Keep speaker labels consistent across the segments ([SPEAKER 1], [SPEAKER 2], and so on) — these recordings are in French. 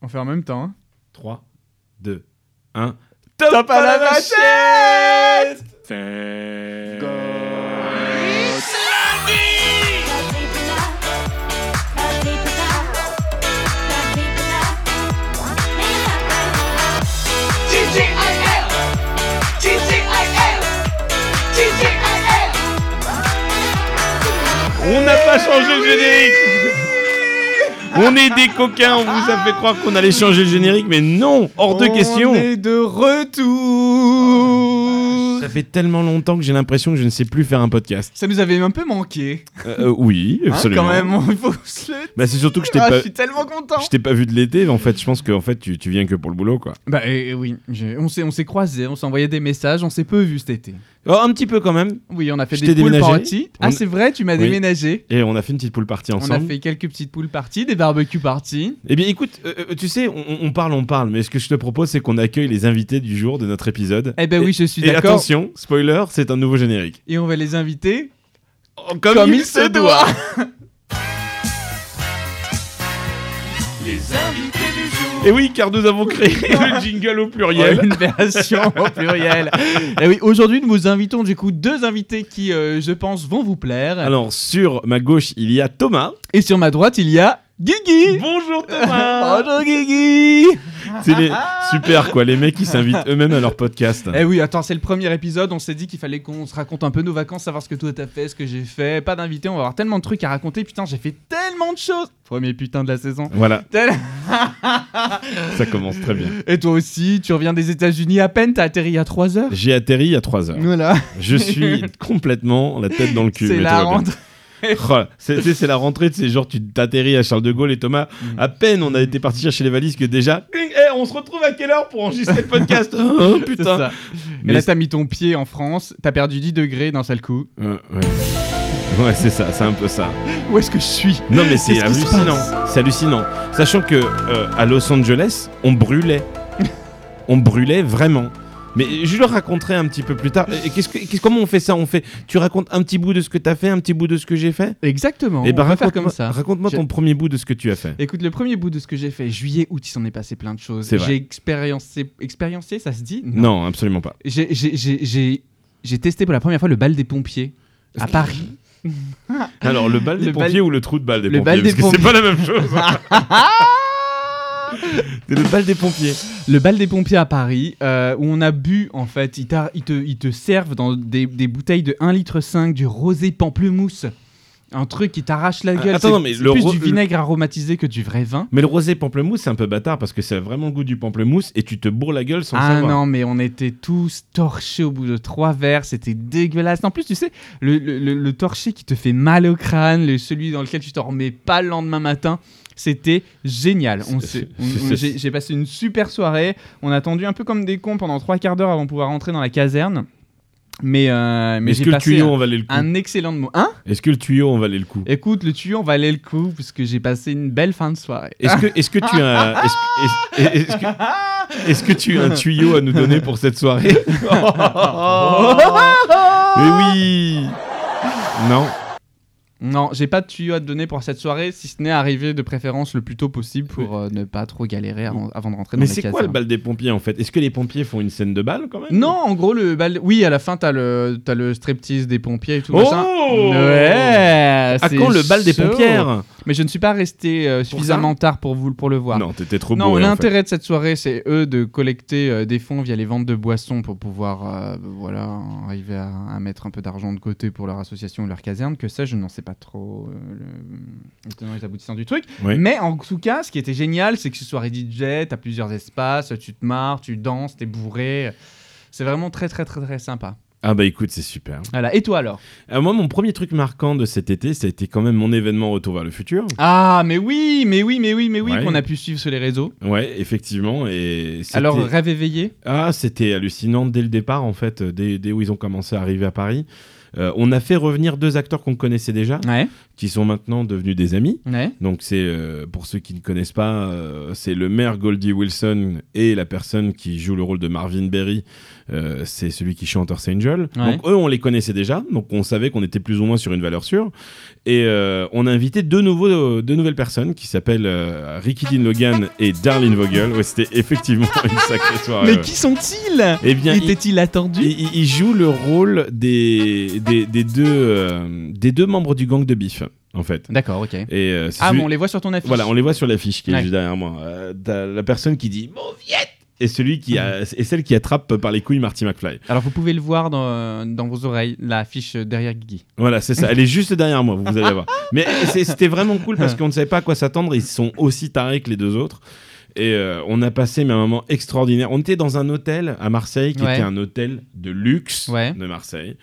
[SPEAKER 1] On fait en même temps. hein.
[SPEAKER 2] 3, 2, 1.
[SPEAKER 1] Top, à la machette
[SPEAKER 2] On n'a pas changé le générique On est des coquins, on vous a fait croire qu'on allait changer le générique, mais non Hors de question
[SPEAKER 1] On est de retour
[SPEAKER 2] Ça fait tellement longtemps que j'ai l'impression que je ne sais plus faire un podcast.
[SPEAKER 1] Ça nous avait un peu manqué.
[SPEAKER 2] Euh, euh, oui,
[SPEAKER 1] hein,
[SPEAKER 2] absolument.
[SPEAKER 1] quand même, il faut se le dire.
[SPEAKER 2] Bah, c'est surtout que je t'ai
[SPEAKER 1] Ah,
[SPEAKER 2] pas...
[SPEAKER 1] Je suis tellement content.
[SPEAKER 2] Je t'ai pas vu de l'été, mais en fait, je pense que en fait, tu, tu viens que pour le boulot, quoi.
[SPEAKER 1] Bah et, et oui, j'ai- on s'est on s'est croisés, on s'est envoyé des messages, on s'est peu vus cet été.
[SPEAKER 2] Oh, un petit peu quand même.
[SPEAKER 1] Oui, on a fait
[SPEAKER 2] Je
[SPEAKER 1] des
[SPEAKER 2] t'ai
[SPEAKER 1] poules
[SPEAKER 2] déménagé.
[SPEAKER 1] parties. Ah
[SPEAKER 2] On-
[SPEAKER 1] c'est vrai, tu m'as
[SPEAKER 2] Oui.
[SPEAKER 1] déménagé.
[SPEAKER 2] Et on a fait une petite pool party
[SPEAKER 1] On a
[SPEAKER 2] ensemble.
[SPEAKER 1] fait quelques petites poules parties, des barbecues parties.
[SPEAKER 2] Eh bien, écoute, euh, euh, tu sais, on, on parle, on parle, mais ce que je te propose, c'est qu'on accueille les invités du jour de notre épisode.
[SPEAKER 1] Eh ben oui, je suis
[SPEAKER 2] Et
[SPEAKER 1] d'accord.
[SPEAKER 2] attention, spoiler, c'est un nouveau générique.
[SPEAKER 1] Et on va les inviter
[SPEAKER 2] Comme,
[SPEAKER 1] Oh, comme il se doit.
[SPEAKER 2] Et Eh oui, car nous avons créé le jingle au pluriel.
[SPEAKER 1] Ouais, une version au pluriel. Et oui, aujourd'hui, nous vous invitons du coup deux invités qui, euh, je pense, vont vous plaire.
[SPEAKER 2] Alors, sur ma gauche, il y a Thomas.
[SPEAKER 1] Et sur ma droite, il y a Guigui.
[SPEAKER 2] Bonjour
[SPEAKER 1] Bonjour Guigui.
[SPEAKER 2] C'est les... super, quoi, les mecs qui s'invitent eux-mêmes à leur podcast.
[SPEAKER 1] Ah. Eh oui, attends, c'est le premier épisode. On s'est dit qu'il fallait qu'on se raconte un peu nos vacances, savoir ce que toi t'as fait, ce que j'ai fait. Pas d'invité, on va avoir tellement de trucs à raconter. Putain, j'ai fait tellement de choses. Premier putain de la saison.
[SPEAKER 2] Voilà,
[SPEAKER 1] Tel-
[SPEAKER 2] ça commence très bien.
[SPEAKER 1] Et toi aussi, tu reviens des États-Unis à peine, t'as atterri il y a 3 heures.
[SPEAKER 2] J'ai atterri à 3 heures.
[SPEAKER 1] Voilà,
[SPEAKER 2] Je suis complètement la tête dans le cul.
[SPEAKER 1] c'est
[SPEAKER 2] mais
[SPEAKER 1] la
[SPEAKER 2] tout va bien.
[SPEAKER 1] rentrée.
[SPEAKER 2] Oh là, c'est tu sais, c'est la rentrée, c'est genre tu t'atterris à Charles de Gaulle et Thomas.
[SPEAKER 1] Mm.
[SPEAKER 2] À peine on a été parti chercher les valises que déjà. cling, eh, on se retrouve à quelle heure pour enregistrer le podcast Oh,
[SPEAKER 1] C'est
[SPEAKER 2] Putain.
[SPEAKER 1] ça. Et
[SPEAKER 2] Mais
[SPEAKER 1] là, t'as mis ton pied en France, t'as perdu 10 degrés d'un seul coup.
[SPEAKER 2] c'est- ouais, ouais. Ouais, c'est ça, c'est un peu ça.
[SPEAKER 1] Où est-ce que je suis
[SPEAKER 2] Non, mais c'est
[SPEAKER 1] Qu'est-ce qui se
[SPEAKER 2] hallucinant.
[SPEAKER 1] passe
[SPEAKER 2] C'est hallucinant. Sachant que euh, à Los Angeles, on brûlait. on brûlait vraiment. Mais je le raconterai un petit peu plus tard. Et qu'est-ce que- qu'est-ce- comment on fait ça On fait. Tu racontes un petit bout de ce que t'as fait, un petit bout de ce que j'ai fait.
[SPEAKER 1] Exactement.
[SPEAKER 2] Eh
[SPEAKER 1] on peut
[SPEAKER 2] ben,
[SPEAKER 1] faire
[SPEAKER 2] raconte-moi
[SPEAKER 1] comme ça.
[SPEAKER 2] raconte-moi
[SPEAKER 1] Je-
[SPEAKER 2] ton premier bout de ce que tu as fait.
[SPEAKER 1] Écoute, le premier bout de ce que j'ai fait, juillet, août, il s'en est passé plein de choses.
[SPEAKER 2] C'est vrai.
[SPEAKER 1] J'ai expériencé, expériencé, ça se dit
[SPEAKER 2] Non, absolument pas.
[SPEAKER 1] J'ai- j'ai- J'ai j'ai- j'ai testé pour la première fois le bal des pompiers à Paris.
[SPEAKER 2] Alors, le bal des
[SPEAKER 1] Le bal-
[SPEAKER 2] pompiers ou le trou de balle des
[SPEAKER 1] Le
[SPEAKER 2] pompiers
[SPEAKER 1] bal
[SPEAKER 2] Parce
[SPEAKER 1] des Ah,
[SPEAKER 2] que c'est pas la même chose. Ah C'est le bal des pompiers.
[SPEAKER 1] Le bal des pompiers à Paris, euh, où on a bu, en fait, ils, t'a- ils te, ils te servent dans des, des bouteilles de 1,5 litre du rosé pamplemousse. Un truc qui t'arrache la gueule.
[SPEAKER 2] Ah, Attends,
[SPEAKER 1] C'est-
[SPEAKER 2] non, mais
[SPEAKER 1] c'est
[SPEAKER 2] le
[SPEAKER 1] plus
[SPEAKER 2] ro-
[SPEAKER 1] du vinaigre aromatisé que du vrai vin.
[SPEAKER 2] Mais le rosé pamplemousse, c'est un peu bâtard parce que c'est vraiment le goût du pamplemousse et tu te bourres la gueule sans le
[SPEAKER 1] ah
[SPEAKER 2] savoir.
[SPEAKER 1] non, mais on était tous torchés au bout de trois verres, c'était dégueulasse. En plus, tu sais, le, le, le- le torché qui te fait mal au crâne, le, celui dans lequel tu t'en remets pas le lendemain matin, c'était génial. On
[SPEAKER 2] C'est-
[SPEAKER 1] s'est- on-
[SPEAKER 2] c'est-
[SPEAKER 1] on-
[SPEAKER 2] c'est-
[SPEAKER 1] J'ai j'ai passé une super soirée, on a attendu un peu comme des cons pendant trois quarts d'heure avant de pouvoir rentrer dans la caserne. Mais, euh, mais
[SPEAKER 2] Est-ce
[SPEAKER 1] j'ai
[SPEAKER 2] que le
[SPEAKER 1] passé
[SPEAKER 2] tuyau
[SPEAKER 1] un,
[SPEAKER 2] en valait le coup
[SPEAKER 1] un excellent de mots. Hein
[SPEAKER 2] Est-ce que le tuyau en valait le coup
[SPEAKER 1] Écoute, le tuyau, on valait le coup, parce que j'ai passé une belle fin de soirée.
[SPEAKER 2] Est-ce que, est-ce que tu as, est-ce, est-ce- est-ce que, est-ce que tu as un tuyau à nous donner pour cette soirée Mais oui. Non.
[SPEAKER 1] Non, j'ai pas de tuyau à te donner pour cette soirée, si ce n'est arriver de préférence le plus tôt possible pour euh, ne pas trop galérer avant, avant de rentrer
[SPEAKER 2] Mais
[SPEAKER 1] dans
[SPEAKER 2] c'est
[SPEAKER 1] les
[SPEAKER 2] quoi le
[SPEAKER 1] casernes.
[SPEAKER 2] bal des pompiers en fait Est-ce que les pompiers font une scène de balle quand même Oh
[SPEAKER 1] Non, en gros, le bal. Oui, à la fin, t'as le, t'as le striptease des pompiers et tout.
[SPEAKER 2] Oh
[SPEAKER 1] machin. Ouais
[SPEAKER 2] À
[SPEAKER 1] c'est
[SPEAKER 2] quand le bal des
[SPEAKER 1] chaud.
[SPEAKER 2] pompières
[SPEAKER 1] Mais je ne suis pas resté euh, suffisamment tard pour, vous, pour le voir.
[SPEAKER 2] Non, t'étais trop
[SPEAKER 1] Non,
[SPEAKER 2] bourré. en fait.
[SPEAKER 1] l'intérêt de cette soirée, c'est eux de collecter euh, des fonds via les ventes de boissons pour pouvoir euh, voilà, arriver à, à mettre un peu d'argent de côté pour leur association ou leur caserne. Que ça, je n'en sais pas trop euh, le... les tenants et les aboutissants du truc.
[SPEAKER 2] Oui.
[SPEAKER 1] Mais en tout cas, ce qui était génial, c'est que ce soirée DJ, t'as plusieurs espaces, tu te marres, tu danses, t'es bourré. C'est vraiment très, très, très, très sympa.
[SPEAKER 2] Ah bah écoute, c'est super.
[SPEAKER 1] Voilà. Et toi alors
[SPEAKER 2] Euh, moi, mon premier truc marquant de cet été, ça a été quand même mon événement Retour vers le futur.
[SPEAKER 1] Ah, mais oui, mais oui, mais oui, mais oui,
[SPEAKER 2] Ouais.
[SPEAKER 1] qu'on a pu suivre sur les réseaux.
[SPEAKER 2] Ouais, effectivement. Et c'était-
[SPEAKER 1] Alors, rêve éveillé
[SPEAKER 2] euh, ah, c'était hallucinant dès le départ en fait, dès, dès où ils ont commencé à arriver à Paris. Euh, on a fait revenir deux acteurs qu'on connaissait déjà,
[SPEAKER 1] Ouais.
[SPEAKER 2] qui sont maintenant devenus des amis.
[SPEAKER 1] Ouais.
[SPEAKER 2] Donc c'est euh, pour ceux qui ne connaissent pas, euh, c'est le maire Goldie Wilson et la personne qui joue le rôle de Marvin Berry, euh, c'est celui qui chante Earth Angel.
[SPEAKER 1] Ouais.
[SPEAKER 2] Donc eux, on les connaissait déjà, donc on savait qu'on était plus ou moins sur une valeur sûre. Et euh, on a invité deux, nouveaux, euh, deux nouvelles personnes qui s'appellent euh, Ricky Dean Logan et Darlene Vogel. Ouais, c'était effectivement une sacrée soirée.
[SPEAKER 1] Mais
[SPEAKER 2] ouais.
[SPEAKER 1] qui sont-ils
[SPEAKER 2] Eh bien, ils-
[SPEAKER 1] Était-il attendu
[SPEAKER 2] ils- ils- ils jouent le rôle des, des, des deux, euh, des deux membres du gang de Biff, en fait.
[SPEAKER 1] D'accord, ok.
[SPEAKER 2] Et, euh, c'est
[SPEAKER 1] Ah,
[SPEAKER 2] celui-
[SPEAKER 1] bon, on les voit sur ton affiche.
[SPEAKER 2] voilà, on les voit sur l'affiche qui est
[SPEAKER 1] Ouais.
[SPEAKER 2] juste derrière moi. Euh, t'as la personne qui dit Mauviette et celui qui a, et celle qui attrape par les couilles Marty McFly.
[SPEAKER 1] Alors, vous pouvez le voir dans, dans vos oreilles, l'affiche derrière Guigui.
[SPEAKER 2] Voilà, c'est ça. Elle est juste derrière moi, vous allez la voir. Mais c'est- c'était vraiment cool parce qu'on ne savait pas à quoi s'attendre. Ils sont aussi tarés que les deux autres. Et euh, on a passé mais, un moment extraordinaire. On était dans un hôtel à Marseille qui
[SPEAKER 1] Ouais.
[SPEAKER 2] était un hôtel de luxe
[SPEAKER 1] Ouais.
[SPEAKER 2] de Marseille.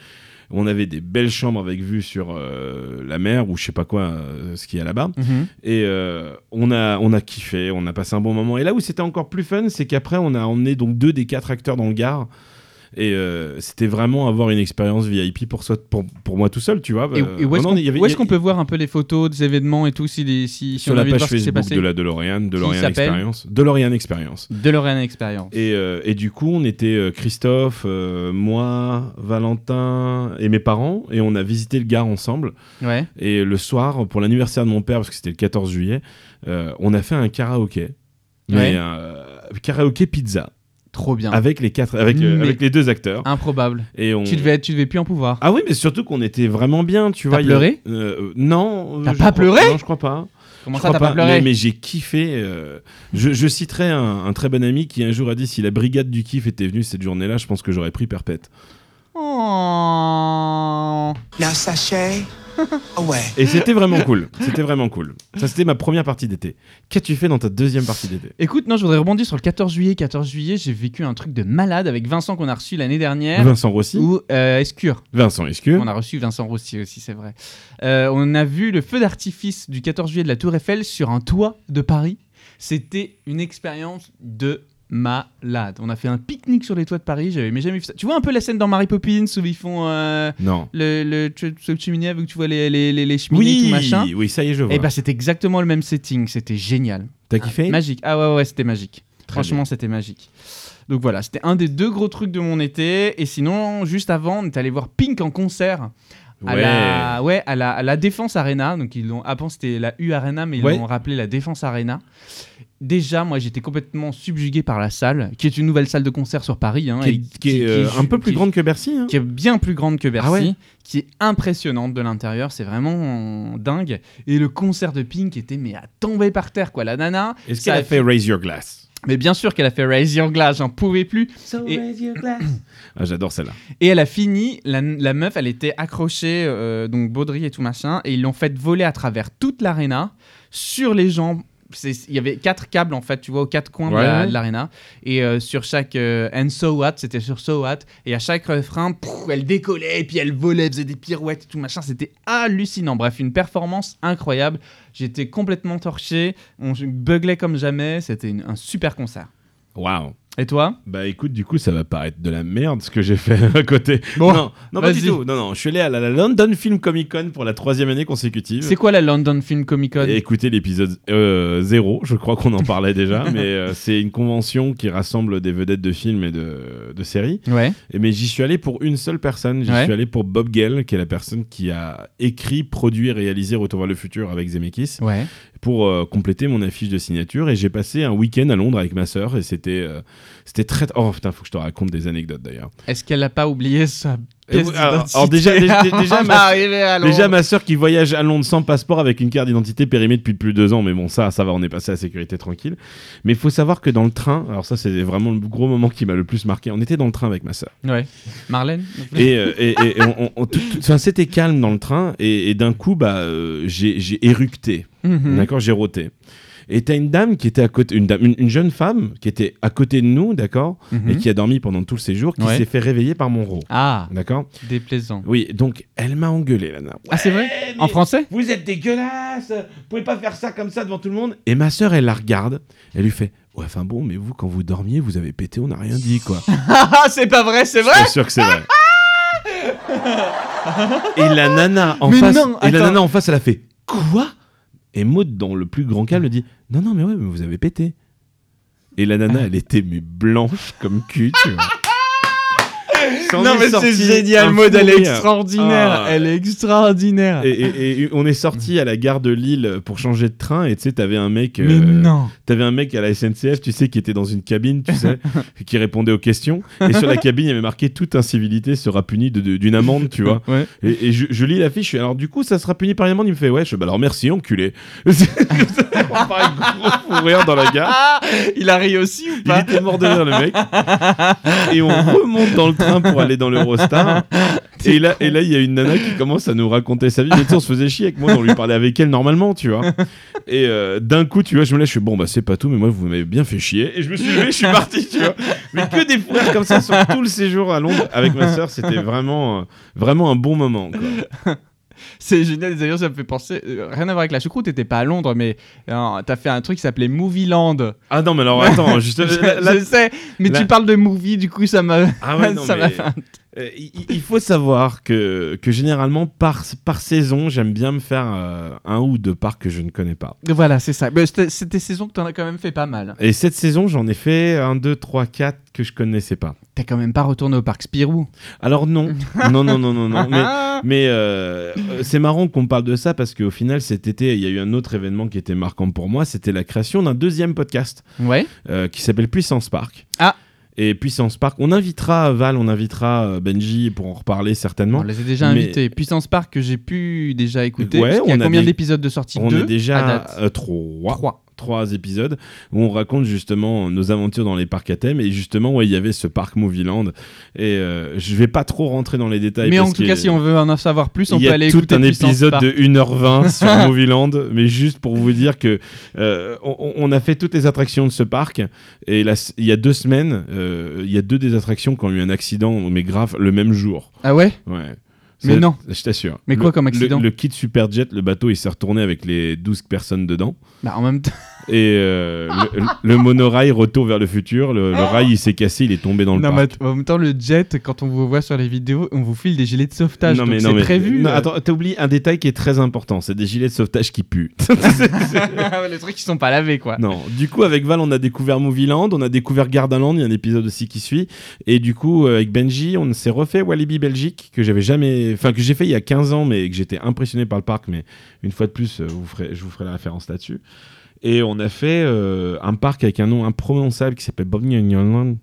[SPEAKER 2] On avait des belles chambres avec vue sur euh, la mer ou je sais pas quoi, euh, ce qu'il y a là-bas.
[SPEAKER 1] Mhm.
[SPEAKER 2] Et euh, on, a, on a kiffé, on a passé un bon moment. Et là où c'était encore plus fun, c'est qu'après, on a emmené donc deux des quatre acteurs dans le Gard. Et euh, c'était vraiment avoir une expérience VIP pour, soi- pour, pour moi tout seul, tu vois.
[SPEAKER 1] Et,
[SPEAKER 2] Euh,
[SPEAKER 1] et où est-ce
[SPEAKER 2] non,
[SPEAKER 1] qu'on
[SPEAKER 2] il y avait-
[SPEAKER 1] où est-ce
[SPEAKER 2] il y a-
[SPEAKER 1] qu'on peut voir un peu les photos des événements et tout si, les- si, si on
[SPEAKER 2] Sur
[SPEAKER 1] a
[SPEAKER 2] la
[SPEAKER 1] envie de
[SPEAKER 2] page
[SPEAKER 1] voir ce qui s'est
[SPEAKER 2] Facebook
[SPEAKER 1] passé
[SPEAKER 2] de la DeLorean, DeLorean
[SPEAKER 1] s'appelle
[SPEAKER 2] Experience. DeLorean Experience.
[SPEAKER 1] DeLorean Experience.
[SPEAKER 2] Et, euh, et du coup, on était euh, Christophe, euh, moi, Valentin et mes parents, et on a visité le Gard ensemble.
[SPEAKER 1] Ouais.
[SPEAKER 2] Et le soir, pour l'anniversaire de mon père, parce que c'était le 14 juillet, euh, on a fait un karaoké. Mais
[SPEAKER 1] Ouais.
[SPEAKER 2] euh, karaoké pizza.
[SPEAKER 1] Trop bien.
[SPEAKER 2] Avec les, quatre, avec, euh,
[SPEAKER 1] Mais-
[SPEAKER 2] avec les deux acteurs.
[SPEAKER 1] Improbable.
[SPEAKER 2] Et on...
[SPEAKER 1] Tu, devais, être- tu devais plus en pouvoir.
[SPEAKER 2] Ah oui, mais surtout qu'on était vraiment bien, tu
[SPEAKER 1] T'as
[SPEAKER 2] vois. il y a-
[SPEAKER 1] pleuré
[SPEAKER 2] Euh, euh, Non. euh,
[SPEAKER 1] T'as
[SPEAKER 2] je
[SPEAKER 1] pas
[SPEAKER 2] crois-
[SPEAKER 1] pleuré
[SPEAKER 2] Non, je crois pas.
[SPEAKER 1] Comment
[SPEAKER 2] Ah, Je
[SPEAKER 1] ça,
[SPEAKER 2] crois
[SPEAKER 1] t'as pas, pleuré
[SPEAKER 2] Mais, mais j'ai kiffé. euh, Je, je citerai un, un très bon ami qui un jour a dit si la brigade du kiff était venue cette journée-là, je pense que j'aurais pris perpète.
[SPEAKER 1] Oh.
[SPEAKER 3] Now sachet away.
[SPEAKER 2] Et c'était vraiment cool. C'était vraiment cool. Ça, c'était ma première partie d'été. Qu'as-tu fait dans ta deuxième partie d'été
[SPEAKER 1] Écoute, non, je voudrais rebondir sur le 14 juillet. 14 juillet, j'ai vécu un truc de malade avec Vincent qu'on a reçu l'année dernière.
[SPEAKER 2] Vincent Rossi
[SPEAKER 1] Ou euh, Escure.
[SPEAKER 2] Vincent Escure.
[SPEAKER 1] On a reçu Vincent Rossi aussi, c'est vrai. Euh, on a vu le feu d'artifice du 14 juillet de la Tour Eiffel sur un toit de Paris. C'était une expérience de malade. On a fait un pique-nique sur les toits de Paris. J'avais mais jamais vu ça. Tu vois un peu la scène dans Mary Poppins où ils font euh,
[SPEAKER 2] Non.
[SPEAKER 1] le, le, ch- ch- cheminée avec tu vois les, les, les, les cheminées tout machin.
[SPEAKER 2] oui, ça y est, je vois.
[SPEAKER 1] Et ben c'était exactement le même setting. C'était génial.
[SPEAKER 2] T'as kiffé
[SPEAKER 1] Magique. Ah ouais, ouais, c'était magique.
[SPEAKER 2] Très
[SPEAKER 1] Franchement, c'était magique. Donc voilà, c'était un des deux gros trucs de mon été. Et sinon, juste avant, on est allé voir Pink en concert
[SPEAKER 2] bien.
[SPEAKER 1] à,
[SPEAKER 2] Ouais.
[SPEAKER 1] la, ouais, à, la, à la Défense Arena. Donc, ils l'ont, avant, c'était la U Arena, mais ils
[SPEAKER 2] Ouais.
[SPEAKER 1] l'ont rappelé la Défense Arena. Déjà, moi, j'étais complètement subjugué par la salle, qui est une nouvelle salle de concert sur Paris. hein,
[SPEAKER 2] Qui
[SPEAKER 1] et
[SPEAKER 2] est, qui est, euh,
[SPEAKER 1] ju-
[SPEAKER 2] un peu plus
[SPEAKER 1] qui-
[SPEAKER 2] grande que Bercy. hein.
[SPEAKER 1] qui est bien plus grande que Bercy,
[SPEAKER 2] Ah ouais
[SPEAKER 1] qui est impressionnante de l'intérieur, c'est vraiment euh, dingue. Et le concert de Pink était mais à tomber par terre quoi, la nana.
[SPEAKER 2] Est-ce
[SPEAKER 1] ça
[SPEAKER 2] qu'elle
[SPEAKER 1] a
[SPEAKER 2] a fait Raise Your Glass
[SPEAKER 1] Mais bien sûr qu'elle a fait Raise Your Glass, j'en pouvais plus. Et-
[SPEAKER 2] ah, J'adore celle-là.
[SPEAKER 1] Et elle a fini, la, la meuf, elle était accrochée, euh, donc Baudry et tout machin, et ils l'ont fait voler à travers toute l'aréna, sur les jambes. C'est- Il y avait quatre câbles, en fait, tu vois, aux quatre coins de
[SPEAKER 2] Ouais,
[SPEAKER 1] la-
[SPEAKER 2] ouais.
[SPEAKER 1] de l'aréna. et euh, sur chaque. euh, and so what, c'était sur so what. Et à chaque refrain, prou, elle décollait, puis elle volait, elle faisait des pirouettes et tout machin. C'était hallucinant. Bref, une performance incroyable. J'étais complètement torché. On je buglait comme jamais. C'était une- un super concert.
[SPEAKER 2] Waouh.
[SPEAKER 1] Et toi
[SPEAKER 2] Bah écoute, du coup, ça va paraître de la merde ce que j'ai fait à côté.
[SPEAKER 1] Bon,
[SPEAKER 2] non, non pas du
[SPEAKER 1] vas-y.
[SPEAKER 2] tout. Non, non, je suis allé à la la London Film Comic Con pour la troisième année consécutive.
[SPEAKER 1] C'est quoi la London Film Comic Con
[SPEAKER 2] Et Écoutez l'épisode euh, zéro, je crois qu'on en parlait déjà, mais euh, c'est une convention qui rassemble des vedettes de films et de, de séries.
[SPEAKER 1] Ouais.
[SPEAKER 2] Et Eh mais j'y suis allé pour une seule personne. J'y
[SPEAKER 1] Ouais.
[SPEAKER 2] suis allé pour Bob Gale, qui est la personne qui a écrit, produit, réalisé Retour vers le futur avec Zemeckis,
[SPEAKER 1] Ouais.
[SPEAKER 2] pour euh, compléter mon affiche de signature. Et j'ai passé un week-end à Londres avec ma sœur. Et c'était, euh, c'était très. Oh putain, faut que je te raconte des anecdotes d'ailleurs.
[SPEAKER 1] Est-ce qu'elle n'a pas oublié sa
[SPEAKER 2] Et
[SPEAKER 1] pièce
[SPEAKER 2] oui, alors-
[SPEAKER 1] d'identité
[SPEAKER 2] alors déjà- déjà- déjà,
[SPEAKER 1] avant
[SPEAKER 2] ma-
[SPEAKER 1] d'arriver à Londres
[SPEAKER 2] Déjà, ma sœur qui voyage à Londres sans passeport avec une carte d'identité périmée depuis plus de deux ans, mais bon, ça, ça va, on est passé à la sécurité tranquille. Mais il faut savoir que dans le train, alors ça, c'est vraiment le gros moment qui m'a le plus marqué. On était dans le train avec ma sœur.
[SPEAKER 1] Ouais. Marlène
[SPEAKER 2] Et, euh, et- et- et on- on- on- tout- tout- enfin, c'était calme dans le train, et, et d'un coup, bah, euh, j'ai j'ai éructé.
[SPEAKER 1] Mhm.
[SPEAKER 2] D'accord, j'ai roté. Et t'as une dame qui était à côté, une, dame- une, une jeune femme qui était à côté de nous, d'accord,
[SPEAKER 1] Mhm.
[SPEAKER 2] et qui a dormi pendant tout le séjour, qui
[SPEAKER 1] Ouais.
[SPEAKER 2] s'est fait réveiller par mon rot.
[SPEAKER 1] Ah,
[SPEAKER 2] D'accord
[SPEAKER 1] déplaisant.
[SPEAKER 2] Oui, donc elle m'a engueulé, la nana.
[SPEAKER 1] Ah, c'est vrai En français
[SPEAKER 2] Vous êtes dégueulasse, vous pouvez pas faire ça comme ça devant tout le monde. Et ma sœur, elle la regarde, elle lui fait Ouais, enfin bon, mais vous, quand vous dormiez, vous avez pété, on n'a rien dit, quoi.
[SPEAKER 1] Ah, c'est pas ah, vrai, c'est
[SPEAKER 2] Je suis sûr que c'est vrai. Et la nana en
[SPEAKER 1] Mais
[SPEAKER 2] face,
[SPEAKER 1] non,
[SPEAKER 2] et la
[SPEAKER 1] attends.
[SPEAKER 2] nana en face, elle a fait quoi Et Maud, dans le plus grand calme, dit non, non, mais ouais, mais vous avez pété. Et la nana, elle était mais blanche comme cul, tu vois. S'en
[SPEAKER 1] Non,
[SPEAKER 2] est
[SPEAKER 1] mais c'est
[SPEAKER 2] sorti un
[SPEAKER 1] génial, Maud, elle est
[SPEAKER 2] fou rire.
[SPEAKER 1] extraordinaire.
[SPEAKER 2] Ah.
[SPEAKER 1] Elle est extraordinaire.
[SPEAKER 2] Et, et- et on est sorti à la gare de Lille pour changer de train et tu sais t'avais un mec
[SPEAKER 1] Mais
[SPEAKER 2] euh,
[SPEAKER 1] non.
[SPEAKER 2] t'avais un mec à la SNCF tu sais qui était dans une cabine tu sais qui répondait aux questions et sur la cabine il y avait marqué toute incivilité sera punie de- de- d'une amende tu vois
[SPEAKER 1] Ouais.
[SPEAKER 2] Et, et je, je lis l'affiche, et alors du coup, ça sera puni par une amende. Il me fait, ouais, je fais, bah alors merci, enculé. On part un gros fou rire dans la gare.
[SPEAKER 1] Ah, il a ri aussi ou
[SPEAKER 2] Il
[SPEAKER 1] pas
[SPEAKER 2] était mort de rire, le mec. Et on remonte dans le train pour aller dans l'Eurostar. Et là, et là, il y a une nana qui commence à nous raconter sa vie. Mais tu sais, on se faisait chier avec moi, on lui parlait avec elle normalement, tu vois. Et euh, d'un coup, tu vois, je me lève, je suis bon, bah c'est pas tout, mais moi, vous m'avez bien fait chier. Et je me suis levé, je suis parti, tu vois. Mais que des frères comme ça sur tout le séjour à Londres avec ma sœur, c'était vraiment, euh, vraiment un bon moment. quoi.
[SPEAKER 1] C'est génial, d'ailleurs, ça me fait penser. euh, rien à voir avec la choucroute, t'étais pas à Londres, mais euh, t'as fait un truc qui s'appelait Movie Land.
[SPEAKER 2] Ah non, mais alors attends, juste. là- là-
[SPEAKER 1] je sais, mais
[SPEAKER 2] là-
[SPEAKER 1] tu parles de movie, du coup, ça m'a.
[SPEAKER 2] Ah ouais, non,
[SPEAKER 1] ça m'a
[SPEAKER 2] mais,
[SPEAKER 1] fait un-
[SPEAKER 2] euh, il, il faut savoir que, que généralement, par, par saison, j'aime bien me faire euh, un ou deux parcs que je ne connais pas.
[SPEAKER 1] Voilà, c'est ça. Mais C'était c'était saison que t'en as quand même fait pas mal.
[SPEAKER 2] Et cette saison, j'en ai fait un, deux, trois, quatre que je connaissais pas.
[SPEAKER 1] T'as quand même pas retourné au parc Spirou.
[SPEAKER 2] Alors non, non, non, non, non, non. Mais,
[SPEAKER 1] Ah,
[SPEAKER 2] mais euh, euh, c'est marrant qu'on parle de ça parce qu'au final, cet été, il y a eu un autre événement qui était marquant pour moi. C'était la création d'un deuxième podcast.
[SPEAKER 1] Ouais.
[SPEAKER 2] euh, qui s'appelle Puissance Park.
[SPEAKER 1] Ah.
[SPEAKER 2] Et Puissance Park, on invitera Val, on invitera euh, Benji pour en reparler certainement.
[SPEAKER 1] On les a déjà
[SPEAKER 2] mais-
[SPEAKER 1] invités. Puissance Park que j'ai pu déjà écouter.
[SPEAKER 2] Ouais,
[SPEAKER 1] Il y a
[SPEAKER 2] on a
[SPEAKER 1] combien
[SPEAKER 2] des-
[SPEAKER 1] d'épisodes de sortie
[SPEAKER 2] On
[SPEAKER 1] Deux
[SPEAKER 2] est
[SPEAKER 1] à
[SPEAKER 2] déjà
[SPEAKER 1] date.
[SPEAKER 2] à trois,
[SPEAKER 1] Trois.
[SPEAKER 2] trois épisodes où on raconte justement nos aventures dans les parcs à thème. Et justement, ouais, il y avait ce parc Movieland. Et euh, je vais pas trop rentrer dans les détails.
[SPEAKER 1] Mais en
[SPEAKER 2] parce
[SPEAKER 1] tout
[SPEAKER 2] que
[SPEAKER 1] cas, si on veut en savoir plus, on
[SPEAKER 2] il y
[SPEAKER 1] peut
[SPEAKER 2] a
[SPEAKER 1] aller
[SPEAKER 2] tout
[SPEAKER 1] écouter
[SPEAKER 2] un
[SPEAKER 1] Puissance
[SPEAKER 2] épisode
[SPEAKER 1] Park.
[SPEAKER 2] de 1h20 sur Movieland, mais juste pour vous dire que euh, on, on a fait toutes les attractions de ce parc et là, c- il y a deux semaines, euh, il y a deux des attractions qui ont eu un accident, mais grave, le même jour.
[SPEAKER 1] Ah ouais
[SPEAKER 2] Ouais.
[SPEAKER 1] Mais
[SPEAKER 2] C'est-
[SPEAKER 1] non.
[SPEAKER 2] Je t'assure.
[SPEAKER 1] Mais quoi
[SPEAKER 2] Le-
[SPEAKER 1] comme accident
[SPEAKER 2] le, le kit Superjet, le bateau, il s'est retourné avec les 12 personnes dedans.
[SPEAKER 1] Bah en même temps.
[SPEAKER 2] Et euh, le, le monorail, retour vers le futur, le, le rail, il s'est cassé, il est tombé dans le
[SPEAKER 1] Non,
[SPEAKER 2] parc.
[SPEAKER 1] mais en même temps, le jet, quand on vous voit sur les vidéos, on vous file des gilets de sauvetage.
[SPEAKER 2] Non,
[SPEAKER 1] donc
[SPEAKER 2] mais non,
[SPEAKER 1] c'est
[SPEAKER 2] mais-
[SPEAKER 1] prévu.
[SPEAKER 2] non,
[SPEAKER 1] euh.
[SPEAKER 2] attends, t'as oublié un détail qui est très important c'est des gilets de sauvetage qui puent.
[SPEAKER 1] Ah les trucs qui sont pas lavés, quoi.
[SPEAKER 2] Non, du coup avec Val on a découvert Movieland, on a découvert Gardaland, il y a un épisode aussi qui suit et du coup euh, avec Benji, on s'est refait Walibi Belgique que j'avais jamais enfin que j'ai fait il y a 15 ans mais que j'étais impressionné par le parc mais une fois de plus euh, vous ferez- je vous ferai la référence là-dessus. Et on a fait euh, un parc avec un nom imprononçable qui s'appelle Bob Yanland,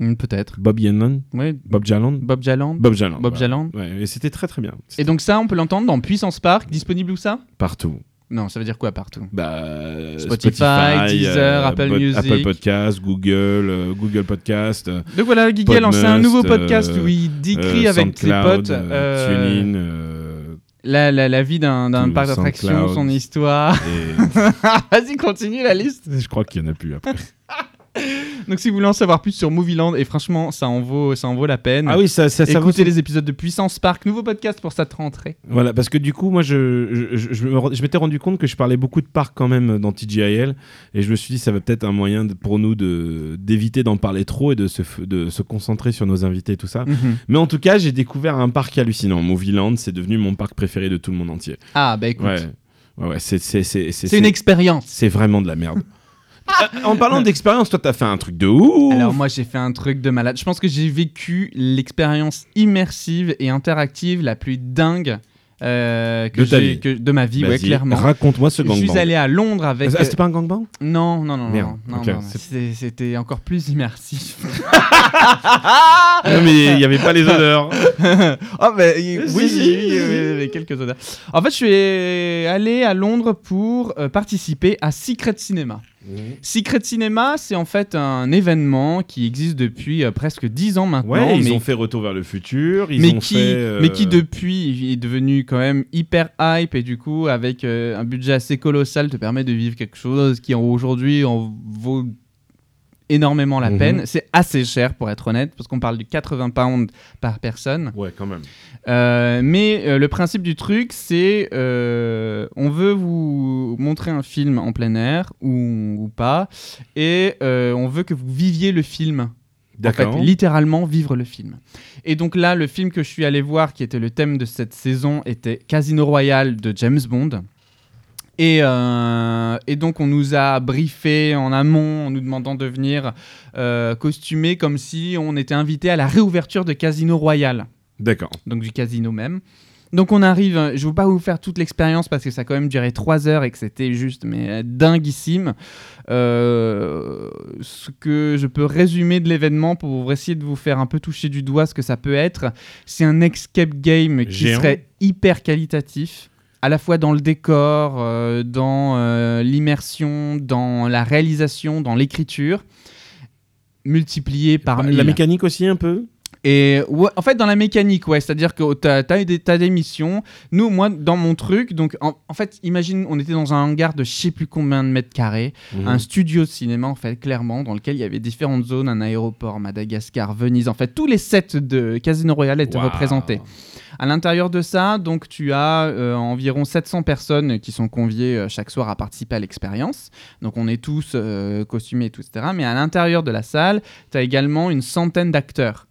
[SPEAKER 1] Hum, Peut-être.
[SPEAKER 2] Bob Yanland,
[SPEAKER 1] Oui.
[SPEAKER 2] Bob Jaland,
[SPEAKER 1] Bob Jaland.
[SPEAKER 2] Bob Jaland.
[SPEAKER 1] Bob Jaland.
[SPEAKER 2] Ouais, et c'était très très bien.
[SPEAKER 1] Et donc ça, on peut l'entendre dans Puissance Park, disponible où ça
[SPEAKER 2] Partout.
[SPEAKER 1] Non, ça veut dire quoi partout
[SPEAKER 2] Bah, euh,
[SPEAKER 1] Spotify, Deezer, Apple
[SPEAKER 2] Pod-
[SPEAKER 1] Music.
[SPEAKER 2] Apple Podcast, Google, euh, Google Podcast. euh,
[SPEAKER 1] Donc voilà, Guy a lancé un
[SPEAKER 2] Podmust,
[SPEAKER 1] nouveau podcast
[SPEAKER 2] euh,
[SPEAKER 1] où il décrit
[SPEAKER 2] Euh,
[SPEAKER 1] avec ses
[SPEAKER 2] SoundCloud,
[SPEAKER 1] potes
[SPEAKER 2] euh,
[SPEAKER 1] euh,
[SPEAKER 2] TuneIn, euh,
[SPEAKER 1] la, la, la vie d'un d'un
[SPEAKER 2] Tout,
[SPEAKER 1] parc d'attractions,
[SPEAKER 2] SoundCloud.
[SPEAKER 1] son histoire. Vas-y, continue la liste.
[SPEAKER 2] et je crois qu'il y en a plus après.
[SPEAKER 1] Donc si vous voulez en savoir plus sur Movieland, et franchement, ça en vaut, ça en vaut la peine.
[SPEAKER 2] ah oui, ça, ça, ça vaut
[SPEAKER 1] Écoutez les épisodes de Puissance Park, nouveau podcast pour cette rentrée.
[SPEAKER 2] son- Voilà, parce que du coup, moi, je, je, je, je me rend- je m'étais rendu compte que je parlais beaucoup de parcs quand même dans TGIL, et je me suis dit ça va peut-être un moyen de- pour nous de d'éviter d'en parler trop et de se f- de se concentrer sur nos invités et tout ça.
[SPEAKER 1] Mhm.
[SPEAKER 2] Mais en tout cas, j'ai découvert un parc hallucinant. Movieland, c'est devenu mon parc préféré de tout le monde entier.
[SPEAKER 1] Ah bah écoute,
[SPEAKER 2] Ouais, ouais, ouais, c'est c'est c'est
[SPEAKER 1] c'est une expérience.
[SPEAKER 2] c'est vraiment de la merde. Euh, en parlant d'expérience, toi, t'as fait un truc de ouf.
[SPEAKER 1] Alors moi j'ai fait un truc de malade. Je pense que j'ai vécu l'expérience immersive et interactive la plus dingue euh, que
[SPEAKER 2] De ta
[SPEAKER 1] j'ai-
[SPEAKER 2] vie.
[SPEAKER 1] que- de ma vie, ouais,
[SPEAKER 2] Vas-y,
[SPEAKER 1] clairement.
[SPEAKER 2] Raconte-moi ce
[SPEAKER 1] Je
[SPEAKER 2] gangbang.
[SPEAKER 1] suis allé à Londres avec.
[SPEAKER 2] Ah, c'était pas un gangbang
[SPEAKER 1] Non, non, non, non,
[SPEAKER 2] Merde,
[SPEAKER 1] non,
[SPEAKER 2] ok,
[SPEAKER 1] non, non.
[SPEAKER 2] c'est-
[SPEAKER 1] C'est- C'était encore plus immersif.
[SPEAKER 2] Non, mais il n'y avait pas les odeurs.
[SPEAKER 1] oh, mais oui,
[SPEAKER 2] Si,
[SPEAKER 1] oui,
[SPEAKER 2] si,
[SPEAKER 1] oui,
[SPEAKER 2] si,
[SPEAKER 1] oui,
[SPEAKER 2] si.
[SPEAKER 1] oui, quelques odeurs. En fait, je suis allé à Londres pour euh, participer à Secret Cinema. Secret Cinema, c'est en fait un événement qui existe depuis euh, presque 10 ans maintenant.
[SPEAKER 2] Ouais, ils
[SPEAKER 1] mais
[SPEAKER 2] ont fait Retour vers le futur. Ils
[SPEAKER 1] mais
[SPEAKER 2] ont
[SPEAKER 1] qui,
[SPEAKER 2] fait, euh,
[SPEAKER 1] mais qui depuis est devenu quand même hyper hype et du coup avec euh, un budget assez colossal te permet de vivre quelque chose qui aujourd'hui en vaut énormément la
[SPEAKER 2] Mhm.
[SPEAKER 1] peine. C'est assez cher pour être honnête parce qu'on parle de 80 pounds par personne.
[SPEAKER 2] Ouais, quand même.
[SPEAKER 1] Euh, mais euh, le principe du truc c'est euh, on veut vous montrer un film en plein air ou, ou pas et euh, on veut que vous viviez le film. En fait,
[SPEAKER 2] D'accord.
[SPEAKER 1] littéralement vivre le film. Et donc là, le film que je suis allé voir, qui était le thème de cette saison, était Casino Royale de James Bond. Et, euh, et donc on nous a briefé en amont en nous demandant de venir euh, costumer comme si on était invité à la réouverture de Casino Royale,
[SPEAKER 2] D'accord.
[SPEAKER 1] donc du casino même. Donc on arrive, euh, je ne veux pas vous faire toute l'expérience parce que ça a quand même duré 3 heures et que c'était juste mais euh, dinguissime. Euh, ce que je peux résumer de l'événement pour essayer de vous faire un peu toucher du doigt ce que ça peut être, c'est un escape game qui
[SPEAKER 2] Géant.
[SPEAKER 1] serait hyper qualitatif, à la fois dans le décor, euh, dans euh, l'immersion, dans la réalisation, dans l'écriture, multiplié par
[SPEAKER 2] Bah,
[SPEAKER 1] mille.
[SPEAKER 2] La mécanique aussi, un peu
[SPEAKER 1] Et ouais, en fait, dans la mécanique, ouais, c'est-à-dire que t'as as des, t'as des missions. Nous, moi, dans mon truc, donc en, en fait, imagine, on était dans un hangar de je sais plus combien de mètres carrés,
[SPEAKER 2] Mmh.
[SPEAKER 1] un
[SPEAKER 2] Mhm.
[SPEAKER 1] studio de cinéma, en fait, clairement, dans lequel il y avait différentes zones, un aéroport, Madagascar, Venise, en fait, tous les sets de Casino Royale étaient
[SPEAKER 2] Waouh.
[SPEAKER 1] représentés. À l'intérieur de ça, donc tu as euh, environ 700 personnes qui sont conviées euh, chaque soir à participer à l'expérience. Donc on est tous euh, costumés, et tout, etc. Mais à l'intérieur de la salle, tu as également une centaine d'acteurs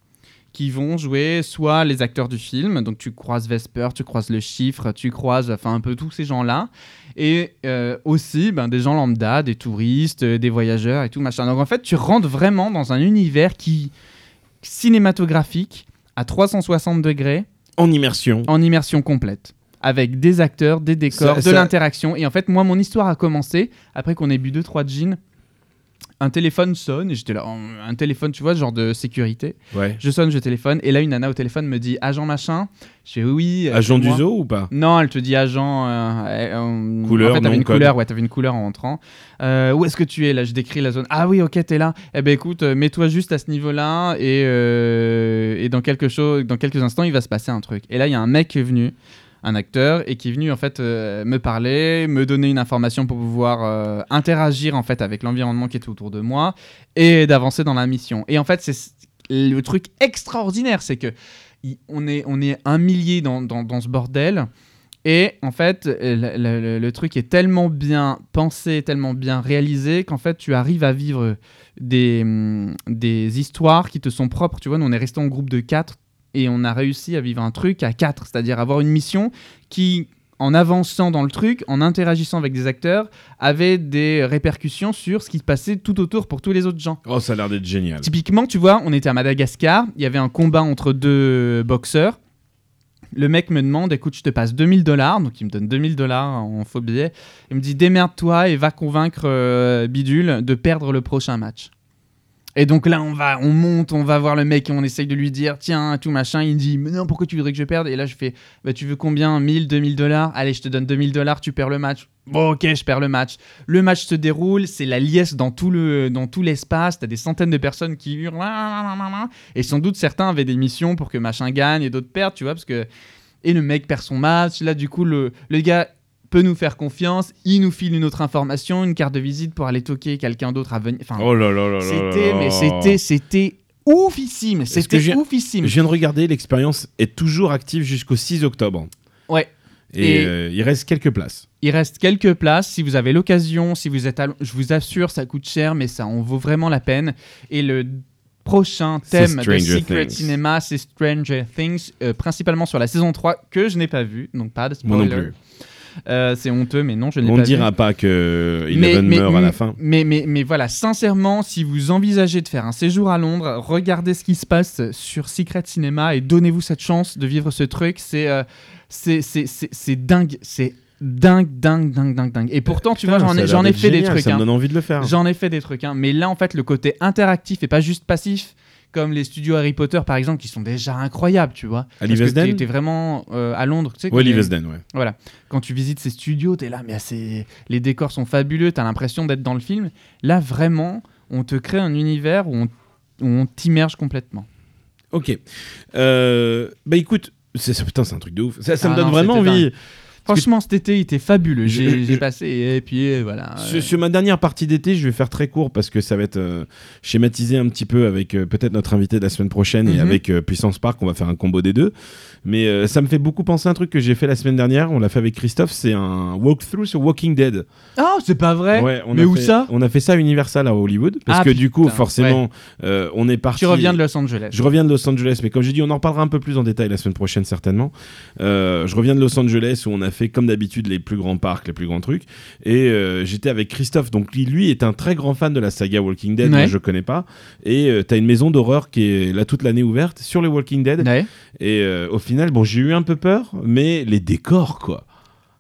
[SPEAKER 1] qui vont jouer soit les acteurs du film, donc tu croises Vesper, tu croises le chiffre, tu croises enfin un peu tous ces gens-là, et euh, aussi ben, des gens lambda, des touristes, euh, des voyageurs et tout machin. Donc en fait, tu rentres vraiment dans un univers qui cinématographique à 360 degrés
[SPEAKER 2] En immersion.
[SPEAKER 1] en immersion complète. Avec des acteurs, des décors,
[SPEAKER 2] Ça-
[SPEAKER 1] de
[SPEAKER 2] ça-
[SPEAKER 1] l'interaction. Et en fait, moi, mon histoire a commencé après qu'on ait bu 2-3 jeans. Un téléphone sonne, et j'étais là, oh, un téléphone, tu vois, genre de sécurité.
[SPEAKER 2] Ouais.
[SPEAKER 1] Je sonne, je téléphone, et là, une nana au téléphone me dit Agent machin Je fais oui. euh,
[SPEAKER 2] Agent
[SPEAKER 1] c'est
[SPEAKER 2] du
[SPEAKER 1] moi.
[SPEAKER 2] zoo ou pas
[SPEAKER 1] Non, elle te dit agent. euh, euh, euh,
[SPEAKER 2] Couleur,
[SPEAKER 1] En fait,
[SPEAKER 2] nom,
[SPEAKER 1] t'avais une
[SPEAKER 2] code.
[SPEAKER 1] couleur, ouais, t'avais une couleur en entrant. Euh, où est-ce que tu es là Je décris la zone. Ah oui, ok, t'es là. Eh ben écoute, euh, mets-toi juste à ce niveau-là et, euh, et dans quelque chose, dans quelques instants, il va se passer un truc. Et là, il y a un mec qui est venu, un acteur, et qui est venu en fait euh, me parler, me donner une information pour pouvoir euh, interagir en fait avec l'environnement qui était autour de moi et d'avancer dans la mission. Et en fait, c'est le truc extraordinaire, c'est que il- on est, on est un millier dans, dans- dans ce bordel. Et en fait, euh, le, le- le- le truc est tellement bien pensé, tellement bien réalisé, qu'en fait, tu arrives à vivre des, hum, des histoires qui te sont propres. Tu vois, nous, on est resté en groupe de quatre et on a réussi à vivre un truc à quatre, c'est-à-dire avoir une mission qui, en avançant dans le truc, en interagissant avec des acteurs, avait des répercussions sur ce qui se passait tout autour pour tous les autres gens.
[SPEAKER 2] Oh, ça a l'air d'être génial.
[SPEAKER 1] Typiquement, tu vois, on était à Madagascar, il y avait un combat entre deux boxeurs. Le mec me demande, écoute, je te passe 2000 dollars, donc il me donne 2000 dollars en faux billets. Il me dit, démerde-toi et va convaincre euh, Bidule de perdre le prochain match. Et donc là, on va, on monte, on va voir le mec et on essaye de lui dire, tiens, tout machin. Il me dit, mais non, pourquoi tu voudrais que je perde Et là, je fais, bah, tu veux combien 1000, 2000 dollars Allez, je te donne 2000 dollars, tu perds le match. Bon, ok, je perds le match. Le match se déroule, c'est la liesse dans tout le dans tout l'espace. T'as des centaines de personnes qui hurlent, et sans doute certains avaient des missions pour que machin gagne et d'autres perdent, tu vois, parce que et le mec perd son match. Là, du coup, le le gars peut nous faire confiance, il nous file une autre information, une carte de visite pour aller toquer quelqu'un d'autre à venir. Enfin,
[SPEAKER 2] Oh là là là là là
[SPEAKER 1] c'était,
[SPEAKER 2] là.
[SPEAKER 1] mais c'était, c'était oufissime.
[SPEAKER 2] Est-ce que j'ai-
[SPEAKER 1] C'était
[SPEAKER 2] Je
[SPEAKER 1] oufissime.
[SPEAKER 2] viens de regarder, l'expérience est toujours active jusqu'au 6 octobre.
[SPEAKER 1] Ouais.
[SPEAKER 2] Et,
[SPEAKER 1] Et-
[SPEAKER 2] euh, il reste quelques places.
[SPEAKER 1] Il reste quelques places. Si vous avez l'occasion, si vous êtes, à Lon- je vous assure, ça coûte cher, mais ça en vaut vraiment la peine. Et le prochain
[SPEAKER 2] C'est
[SPEAKER 1] thème de
[SPEAKER 2] Stranger
[SPEAKER 1] Secret
[SPEAKER 2] Things.
[SPEAKER 1] Cinema, c'est Stranger Things, euh, principalement sur la saison 3 que je n'ai pas vue, donc pas de
[SPEAKER 2] Moi non
[SPEAKER 1] spoiler.
[SPEAKER 2] plus.
[SPEAKER 1] Euh, c'est honteux, mais non, je n'ai
[SPEAKER 2] On
[SPEAKER 1] pas
[SPEAKER 2] ne
[SPEAKER 1] vu.
[SPEAKER 2] dira pas que Euh, Eleven meurt à la fin.
[SPEAKER 1] Mais, mais, mais voilà, sincèrement, si vous envisagez de faire un séjour à Londres, regardez ce qui se passe sur Secret Cinema et donnez-vous cette chance de vivre ce truc. C'est euh, c'est c'est- c'est- c'est dingue, c'est dingue, dingue, dingue, dingue, dingue. Et pourtant, tu vois,
[SPEAKER 2] Putain,
[SPEAKER 1] j'en
[SPEAKER 2] ça a
[SPEAKER 1] ai,
[SPEAKER 2] l'air
[SPEAKER 1] j'en ai
[SPEAKER 2] d'être
[SPEAKER 1] fait des
[SPEAKER 2] génial,
[SPEAKER 1] trucs.
[SPEAKER 2] Ça
[SPEAKER 1] hein.
[SPEAKER 2] me donne envie de le faire.
[SPEAKER 1] J'en ai fait des trucs, hein. mais là en fait le côté interactif et pas juste passif, comme les studios Harry Potter par exemple, qui sont déjà incroyables, tu vois.
[SPEAKER 2] À
[SPEAKER 1] Parce que
[SPEAKER 2] Leavesden
[SPEAKER 1] t'es- T'es vraiment euh, à Londres, tu sais.
[SPEAKER 2] Ouais,
[SPEAKER 1] comme les-
[SPEAKER 2] Leavesden, ouais.
[SPEAKER 1] quand tu visites ces studios, t'es là, mais c'est... les décors sont fabuleux, t'as l'impression d'être dans le film. Là, vraiment, on te crée un univers où on, où on t'immerge complètement.
[SPEAKER 2] Ok. Euh, bah écoute, c'est ça- putain, c'est un truc de ouf. Ça, ça
[SPEAKER 1] Ah
[SPEAKER 2] me donne
[SPEAKER 1] non,
[SPEAKER 2] vraiment
[SPEAKER 1] c'était
[SPEAKER 2] envie.
[SPEAKER 1] Franchement, cet été, il était fabuleux. J'ai
[SPEAKER 2] Je-
[SPEAKER 1] j'ai
[SPEAKER 2] je-
[SPEAKER 1] passé et puis euh, voilà.
[SPEAKER 2] Sur, sur ma dernière partie d'été, je vais faire très court parce que ça va être euh, schématisé un petit peu avec euh, peut-être notre invité de la semaine prochaine et
[SPEAKER 1] Mhm.
[SPEAKER 2] avec euh, Puissance Park. On va faire un combo des deux. Mais euh, ça me fait beaucoup penser à un truc que j'ai fait la semaine dernière. On l'a fait avec Christophe. C'est un walkthrough sur Walking Dead.
[SPEAKER 1] Ah, c'est pas vrai.
[SPEAKER 2] Ouais, on
[SPEAKER 1] mais
[SPEAKER 2] a
[SPEAKER 1] où
[SPEAKER 2] fait-
[SPEAKER 1] ça
[SPEAKER 2] On a fait ça à Universal à Hollywood. Parce
[SPEAKER 1] Ah,
[SPEAKER 2] que du coup,
[SPEAKER 1] putain,
[SPEAKER 2] forcément, euh, on est parti.
[SPEAKER 1] Tu reviens de Los Angeles.
[SPEAKER 2] Je reviens de Los Angeles, mais comme j'ai dit, on en reparlera un peu plus en détail la semaine prochaine certainement. Euh, je reviens de Los Angeles où on a fait comme d'habitude les plus grands parcs, les plus grands trucs. Et euh, j'étais avec Christophe, donc lui, lui est un très grand fan de la saga Walking Dead,
[SPEAKER 1] Ouais.
[SPEAKER 2] moi je connais pas. Et euh, t'as une maison d'horreur qui est là toute l'année ouverte sur les Walking Dead.
[SPEAKER 1] Ouais.
[SPEAKER 2] Et euh, au final, bon, j'ai eu un peu peur, mais les décors quoi.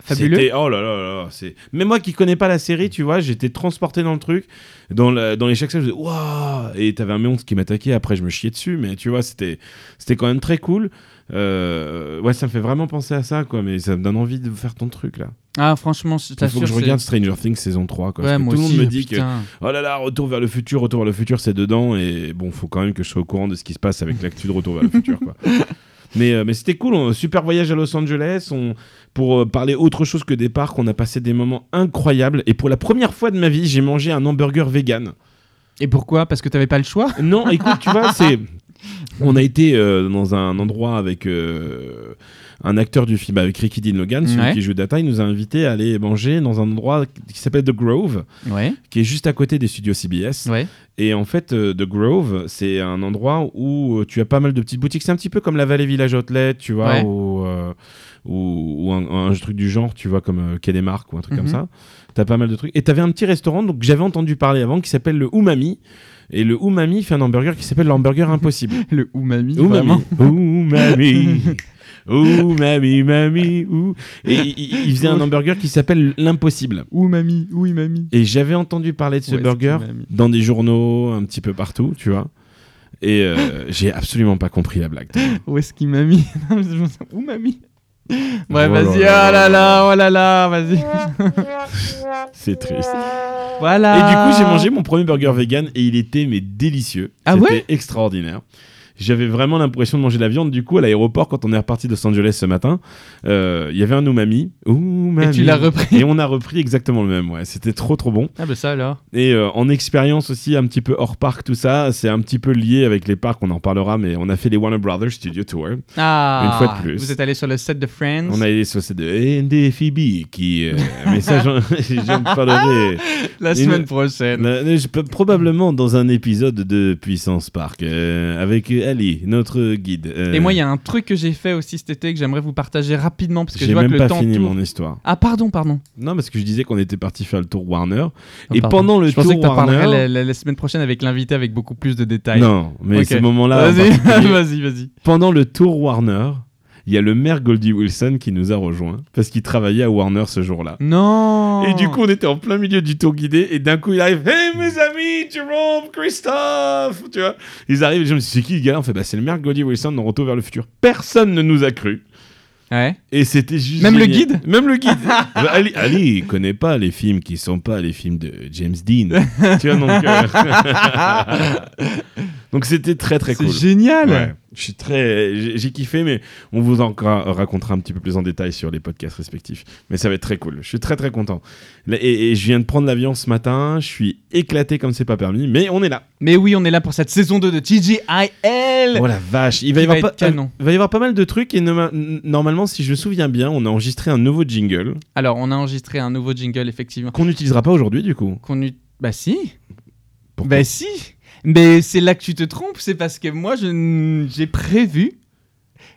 [SPEAKER 1] Fabuleux.
[SPEAKER 2] C'était- Oh là là là, là, c'est. Mais moi qui connais pas la série, tu vois, j'étais transporté dans le truc, dans la, dans les chaque scène, je faisais waouh, et t'avais un monstre qui m'attaquait. Après, je me chiais dessus, mais tu vois, c'était, c'était quand même très cool. Euh, ouais, ça me fait vraiment penser à ça, quoi. Mais ça me donne envie de faire ton truc là.
[SPEAKER 1] Ah, franchement, je
[SPEAKER 2] Il
[SPEAKER 1] t'assure.
[SPEAKER 2] faut que je
[SPEAKER 1] c'est-
[SPEAKER 2] regarde Stranger Things saison 3 quoi.
[SPEAKER 1] Ouais,
[SPEAKER 2] parce que
[SPEAKER 1] moi
[SPEAKER 2] tout le
[SPEAKER 1] aussi.
[SPEAKER 2] monde me dit que
[SPEAKER 1] putain.
[SPEAKER 2] oh là là, retour vers le futur, retour vers le futur, c'est dedans. Et bon, faut quand même que je sois au courant de ce qui se passe avec l'actu de retour vers le futur, quoi. Mais, euh, mais c'était cool, on- super voyage à Los Angeles. On, pour euh, parler autre chose que des parcs, on a passé des moments incroyables. Et pour la première fois de ma vie, j'ai mangé un hamburger vegan.
[SPEAKER 1] Et pourquoi Parce que t'avais pas le choix.
[SPEAKER 2] Non, écoute, tu vois, c'est. On a été euh, dans un endroit avec euh, un acteur du film, avec Ricky Dean Logan, celui
[SPEAKER 1] Ouais.
[SPEAKER 2] qui joue Data. Il nous a invités à aller manger dans un endroit qui s'appelle The Grove,
[SPEAKER 1] Ouais.
[SPEAKER 2] qui est juste à côté des studios CBS.
[SPEAKER 1] Ouais.
[SPEAKER 2] Et en fait, euh, The Grove, c'est un endroit où euh, tu as pas mal de petites boutiques. C'est un petit peu comme la Vallée Village Outlet, tu vois,
[SPEAKER 1] Ouais.
[SPEAKER 2] ou, euh, ou- ou un, un truc du genre, tu vois, comme euh, Quai des Marques ou un truc
[SPEAKER 1] Mhm.
[SPEAKER 2] comme ça. T'as pas mal de trucs. Et t'avais un petit restaurant, donc j'avais entendu parler avant, qui s'appelle le Umami. Et le Umami fait un hamburger qui s'appelle l'hamburger impossible.
[SPEAKER 1] Le umami.
[SPEAKER 2] Umami.
[SPEAKER 1] Vraiment.
[SPEAKER 2] Umami. Umami, mami, ou. Et il- il il faisait un hamburger qui s'appelle l'impossible.
[SPEAKER 1] Umami. Oui, mamie.
[SPEAKER 2] Et j'avais entendu parler de ce
[SPEAKER 1] Ouais, c'est
[SPEAKER 2] burger
[SPEAKER 1] umami.
[SPEAKER 2] dans des journaux, un petit peu partout, tu vois. Et euh, j'ai absolument pas compris la blague.
[SPEAKER 1] Où est-ce qu'il m'a mis Non, mais je me sens- Où m'a mis Ouais,
[SPEAKER 2] Oh là
[SPEAKER 1] vas-y, oh
[SPEAKER 2] là
[SPEAKER 1] là
[SPEAKER 2] là
[SPEAKER 1] là, oh là là, vas-y.
[SPEAKER 2] C'est triste. Et
[SPEAKER 1] Voilà.
[SPEAKER 2] du coup, j'ai mangé mon premier burger vegan et il était mais délicieux.
[SPEAKER 1] Ah
[SPEAKER 2] C'était
[SPEAKER 1] ouais
[SPEAKER 2] extraordinaire. J'avais vraiment l'impression de manger de la viande. Du coup, à l'aéroport, quand on est reparti de Los Angeles ce matin, euh, il y avait un umami.
[SPEAKER 1] Et
[SPEAKER 2] Umami.
[SPEAKER 1] tu l'as repris.
[SPEAKER 2] Et on a repris exactement le même. Ouais, c'était trop trop bon.
[SPEAKER 1] Ah bah ça alors.
[SPEAKER 2] Et euh, en expérience aussi, un petit peu hors parc, tout ça, c'est un petit peu lié avec les parcs. On en parlera, mais on a fait les Warner Brothers Studio Tour.
[SPEAKER 1] Ah.
[SPEAKER 2] Une fois de plus.
[SPEAKER 1] Vous êtes allé sur le set de Friends.
[SPEAKER 2] On a les sociétés de NDFIB qui. euh, mais ça, j'en j'en
[SPEAKER 1] Ah
[SPEAKER 2] parlerai.
[SPEAKER 1] La
[SPEAKER 2] une-
[SPEAKER 1] semaine prochaine.
[SPEAKER 2] Euh, euh, je peux- probablement dans un épisode de Puissance Park euh, avec Ali, notre guide. euh,
[SPEAKER 1] Et moi, il y a un truc que j'ai fait aussi cet été que j'aimerais vous partager rapidement parce que je
[SPEAKER 2] J'ai
[SPEAKER 1] vois que
[SPEAKER 2] même
[SPEAKER 1] le
[SPEAKER 2] pas
[SPEAKER 1] temps
[SPEAKER 2] fini
[SPEAKER 1] tourne.
[SPEAKER 2] mon histoire.
[SPEAKER 1] Ah pardon, pardon.
[SPEAKER 2] Non, parce que je disais qu'on était parti faire le tour Warner.
[SPEAKER 1] Ah,
[SPEAKER 2] Et
[SPEAKER 1] pardon.
[SPEAKER 2] pendant le
[SPEAKER 1] je pensais
[SPEAKER 2] tour
[SPEAKER 1] que t'en parlerais
[SPEAKER 2] Warner-
[SPEAKER 1] la, la- la semaine prochaine avec l'invité avec beaucoup plus de détails.
[SPEAKER 2] Non, mais
[SPEAKER 1] Ok.
[SPEAKER 2] ce moment-là. en
[SPEAKER 1] Vas-y,
[SPEAKER 2] particulier,
[SPEAKER 1] vas-y, vas-y.
[SPEAKER 2] pendant le tour Warner, il y a le maire Goldie Wilson qui nous a rejoint parce qu'il travaillait à Warner ce jour-là.
[SPEAKER 1] Non.
[SPEAKER 2] Et du coup, on était en plein milieu du tour guidé, et d'un coup, il arrive Hey, mes amis, Jérôme, Christophe Tu vois Ils arrivent, et je me dis C'est qui le gars On fait Bah, c'est le maire Goldie Wilson dans Retour vers le futur. Personne ne nous a cru.
[SPEAKER 1] Ouais.
[SPEAKER 2] Et c'était juste.
[SPEAKER 1] Même le
[SPEAKER 2] génial.
[SPEAKER 1] guide
[SPEAKER 2] Même le guide Bah, Ali, Ali, il connaît pas les films qui sont pas les films de James Dean. tu vois, donc. euh, donc, c'était très, très
[SPEAKER 1] C'est
[SPEAKER 2] cool.
[SPEAKER 1] génial.
[SPEAKER 2] Ouais. Je suis très, j'ai j'ai kiffé, mais on vous en ra- racontera un petit peu plus en détail sur les podcasts respectifs. Mais ça va être très cool. Je suis très très content. Là, Et, et je viens de prendre l'avion ce matin. Je suis éclaté comme c'est pas permis, mais on est là.
[SPEAKER 1] Mais oui, on est là pour cette saison 2 de TGIL.
[SPEAKER 2] Oh la vache, il va y
[SPEAKER 1] Qui va
[SPEAKER 2] avoir pas, euh,
[SPEAKER 1] être canon.
[SPEAKER 2] il va y avoir pas mal de trucs et no- normalement, si je me souviens bien, on a enregistré un nouveau jingle
[SPEAKER 1] Alors, on a enregistré un nouveau jingle, effectivement.
[SPEAKER 2] qu'on n'utilisera pas aujourd'hui du coup.
[SPEAKER 1] Qu'on eut- Bah si.
[SPEAKER 2] Pourquoi
[SPEAKER 1] bah si. Mais c'est là que tu te trompes, c'est parce que moi, je n- j'ai prévu.